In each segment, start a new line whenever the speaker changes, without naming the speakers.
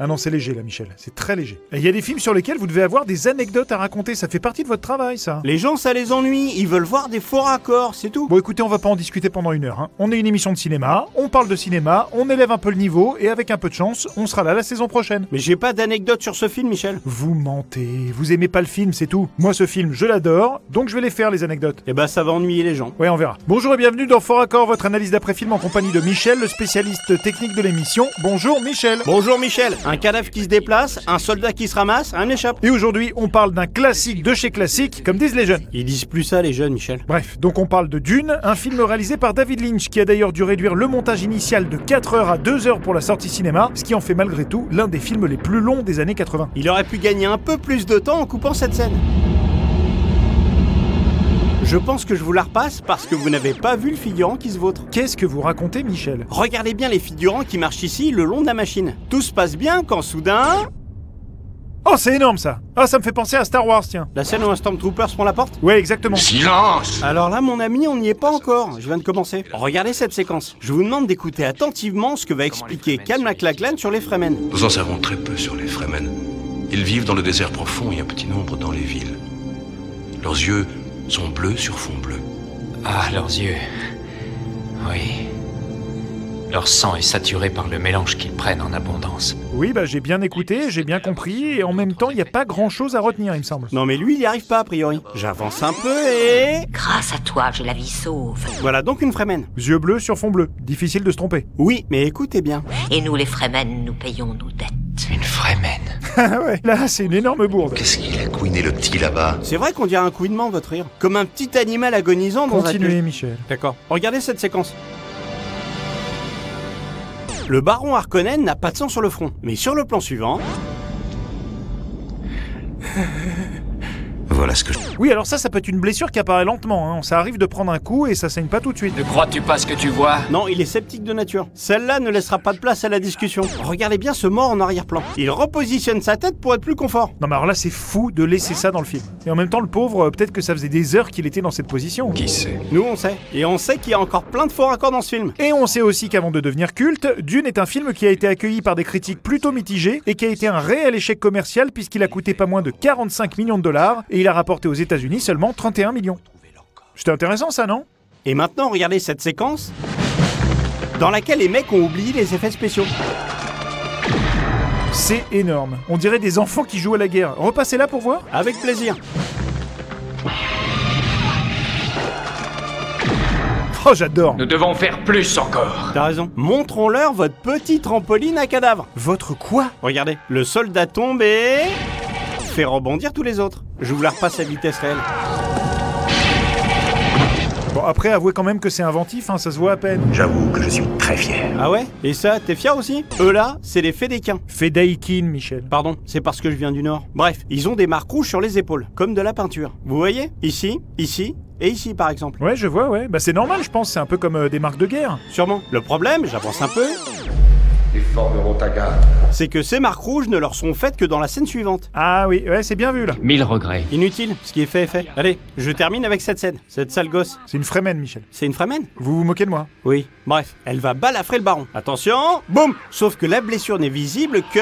Ah non, c'est léger là, Michel. C'est très léger. Et Il y a des films sur lesquels vous devez avoir des anecdotes à raconter. Ça fait partie de votre travail, ça.
Les gens, ça les ennuie, ils veulent voir des faux raccords, c'est tout.
Bon, écoutez, on va pas en discuter pendant une heure. hein. On est une émission de cinéma, on parle de cinéma, on élève un peu le niveau, et avec un peu de chance, on sera là la saison prochaine.
Mais j'ai pas d'anecdote sur ce film, Michel.
Vous mentez, vous aimez pas le film, c'est tout. Moi, ce film, je l'adore, donc je vais les faire, les anecdotes.
Eh ben, ça va ennuyer les gens.
Ouais, on verra. Bonjour et bienvenue dans Fort Accord, votre analyse d'après-film en compagnie de Michel, le spécialiste technique de l'émission. Bonjour Michel
Bonjour, Michel. Un cadavre qui se déplace, un soldat qui se ramasse, un échappe.
Et aujourd'hui, on parle d'un classique de chez classique, comme disent les jeunes.
Ils disent plus ça, les jeunes, Michel.
Bref, donc on parle de Dune, un film réalisé par David Lynch qui a d'ailleurs dû réduire le montage initial de 4 heures à 2 heures pour la sortie cinéma, ce qui en fait malgré tout l'un des films les plus longs des années 80.
Il aurait pu gagner un peu plus de temps en coupant cette scène. Je pense que je vous la repasse parce que vous n'avez pas vu le figurant qui se vautre.
Qu'est-ce que vous racontez Michel
Regardez bien les figurants qui marchent ici le long de la machine. Tout se passe bien quand soudain.
Oh c'est énorme ça Ah ça me fait penser à Star Wars tiens
La scène où un Stormtrooper se prend la porte
Ouais exactement
Silence
Alors là, mon ami, on n'y est pas encore. Je viens de commencer. Oh, Regardez cette séquence. Je vous demande d'écouter attentivement ce que va expliquer Cal McLachlan sur les Fremen.
Nous en savons très peu sur les Fremen. Ils vivent dans le désert profond et un petit nombre dans les villes. Leurs yeux sont bleus sur fond bleu.
Ah, leurs yeux. Oui. Leur sang est saturé par le mélange qu'ils prennent en abondance.
Oui bah j'ai bien écouté, j'ai bien compris, et en même temps il n'y a pas grand chose à retenir il me semble.
Non mais lui, il n'y arrive pas a priori. J'avance un peu et...
Grâce à toi, j'ai la vie sauve.
Voilà donc une Fremen.
Yeux bleus sur fond bleu, difficile de se tromper.
Oui, mais écoutez bien.
Et nous, les Fremen, nous payons nos dettes.
Une Fremen.
Ah ouais, là c'est une énorme bourde.
Qu'est-ce qu'il a couiné le petit là-bas
C'est vrai qu'on dirait un couinement, votre rire. Comme un petit animal agonisant dans un...
Continuez Michel.
D'accord. Regardez cette séquence. Le baron Harkonnen n'a pas de sang sur le front, mais sur le plan suivant,
Voilà ce que je...
Oui alors ça ça peut être une blessure qui apparaît lentement, hein. ça arrive de prendre un coup et ça saigne pas tout de suite.
Ne crois-tu pas ce que tu vois
non, il est sceptique de nature. Celle-là ne laissera pas de place à la discussion. Regardez bien ce mort en arrière-plan. Il repositionne sa tête pour être plus confort.
Non mais alors là c'est fou de laisser ça dans le film. Et en même temps le pauvre, euh, peut-être que ça faisait des heures qu'il était dans cette position.
Qui sait
Nous, on sait. Et on sait qu'il y a encore plein de faux raccords dans ce film.
Et on sait aussi qu'avant de devenir culte, Dune est un film qui a été accueilli par des critiques plutôt mitigées et qui a été un réel échec commercial puisqu'il a coûté pas moins de 45 millions de dollars et il a rapporté aux États-Unis seulement 31 millions. C'était intéressant ça, non
Et maintenant, regardez cette séquence dans laquelle les mecs ont oublié les effets spéciaux.
C'est énorme. On dirait des enfants qui jouent à la guerre. Repassez là pour voir
Avec plaisir.
Oh, j'adore
Nous devons faire plus encore.
T'as raison. Montrons-leur votre petit trampoline à cadavre.
Votre quoi
Regardez, le soldat tombe et... fait rebondir tous les autres. Je vous la repasse à vitesse réelle.
Bon, après, avouez quand même que c'est inventif, hein, ça se voit à peine.
J'avoue que je suis très fier.
Ah ouais Et ça, t'es fier aussi Eux là, c'est les Fédéquins.
Fedaikin, Michel.
Pardon, c'est parce que je viens du Nord. Bref, ils ont des marques rouges sur les épaules, comme de la peinture. Vous voyez Ici, ici et ici par exemple.
Ouais, je vois, ouais. Bah, c'est normal, je pense, c'est un peu comme euh, des marques de guerre.
Sûrement. Le problème, j'avance un peu,
Ils formeront ta garde.
c'est que ces marques rouges ne leur sont faites que dans la scène suivante.
Ah oui, ouais, c'est bien vu là.
Mille regrets.
Inutile, ce qui est fait est fait. Allez, je termine avec cette scène. Cette sale gosse,
C'est une Fremen, Michel.
c'est une Fremen
Vous vous moquez de moi
Oui. Bref, elle va balafrer le baron. Attention, boum Sauf que la blessure n'est visible que...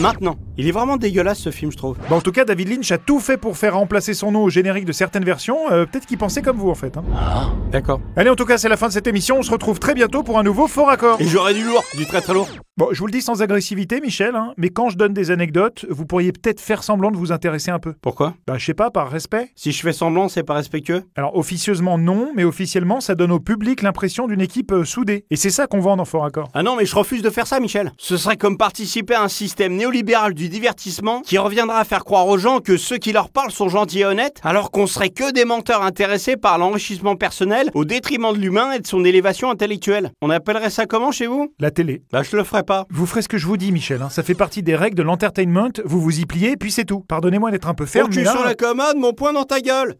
Maintenant. Il est vraiment dégueulasse ce film, je trouve.
Bah, en tout cas, David Lynch a tout fait pour faire remplacer son nom au générique de certaines versions. Euh, Peut-être qu'il pensait comme vous en fait. hein.
D'accord.
Allez, en tout cas, c'est la fin de cette émission. On se retrouve très bientôt pour un nouveau fort accord.
Et j'aurais du lourd, du très très lourd.
Bon, je vous le dis sans agressivité, Michel, hein, mais quand je donne des anecdotes, vous pourriez peut-être faire semblant de vous intéresser un peu.
Pourquoi
Bah, je sais pas, par respect.
Si je fais semblant, c'est pas respectueux
Alors, officieusement, non, mais officiellement, ça donne au public l'impression d'une équipe euh, soudée. Et c'est ça qu'on vend dans Fort Accord.
Ah non, mais je refuse de faire ça, Michel. Ce serait comme participer à un système néolibéral du divertissement qui reviendra à faire croire aux gens que ceux qui leur parlent sont gentils et honnêtes, alors qu'on serait que des menteurs intéressés par l'enrichissement personnel au détriment de l'humain et de son élévation intellectuelle. On appellerait ça comment chez vous
La télé.
Bah, je le ferai pas.
Vous ferez ce que je vous dis, Michel. hein. Ça fait partie des règles de l'entertainment. Vous vous y pliez, puis c'est tout. Pardonnez-moi d'être un peu
Faire
ferme.
cul
mais là,
sur la commode, mon poing dans ta gueule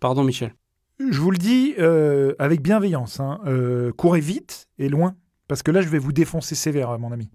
Pardon, Michel.
Je vous le dis euh, avec bienveillance. hein. Euh, courez vite et loin, parce que là, je vais vous défoncer sévère, euh, mon ami.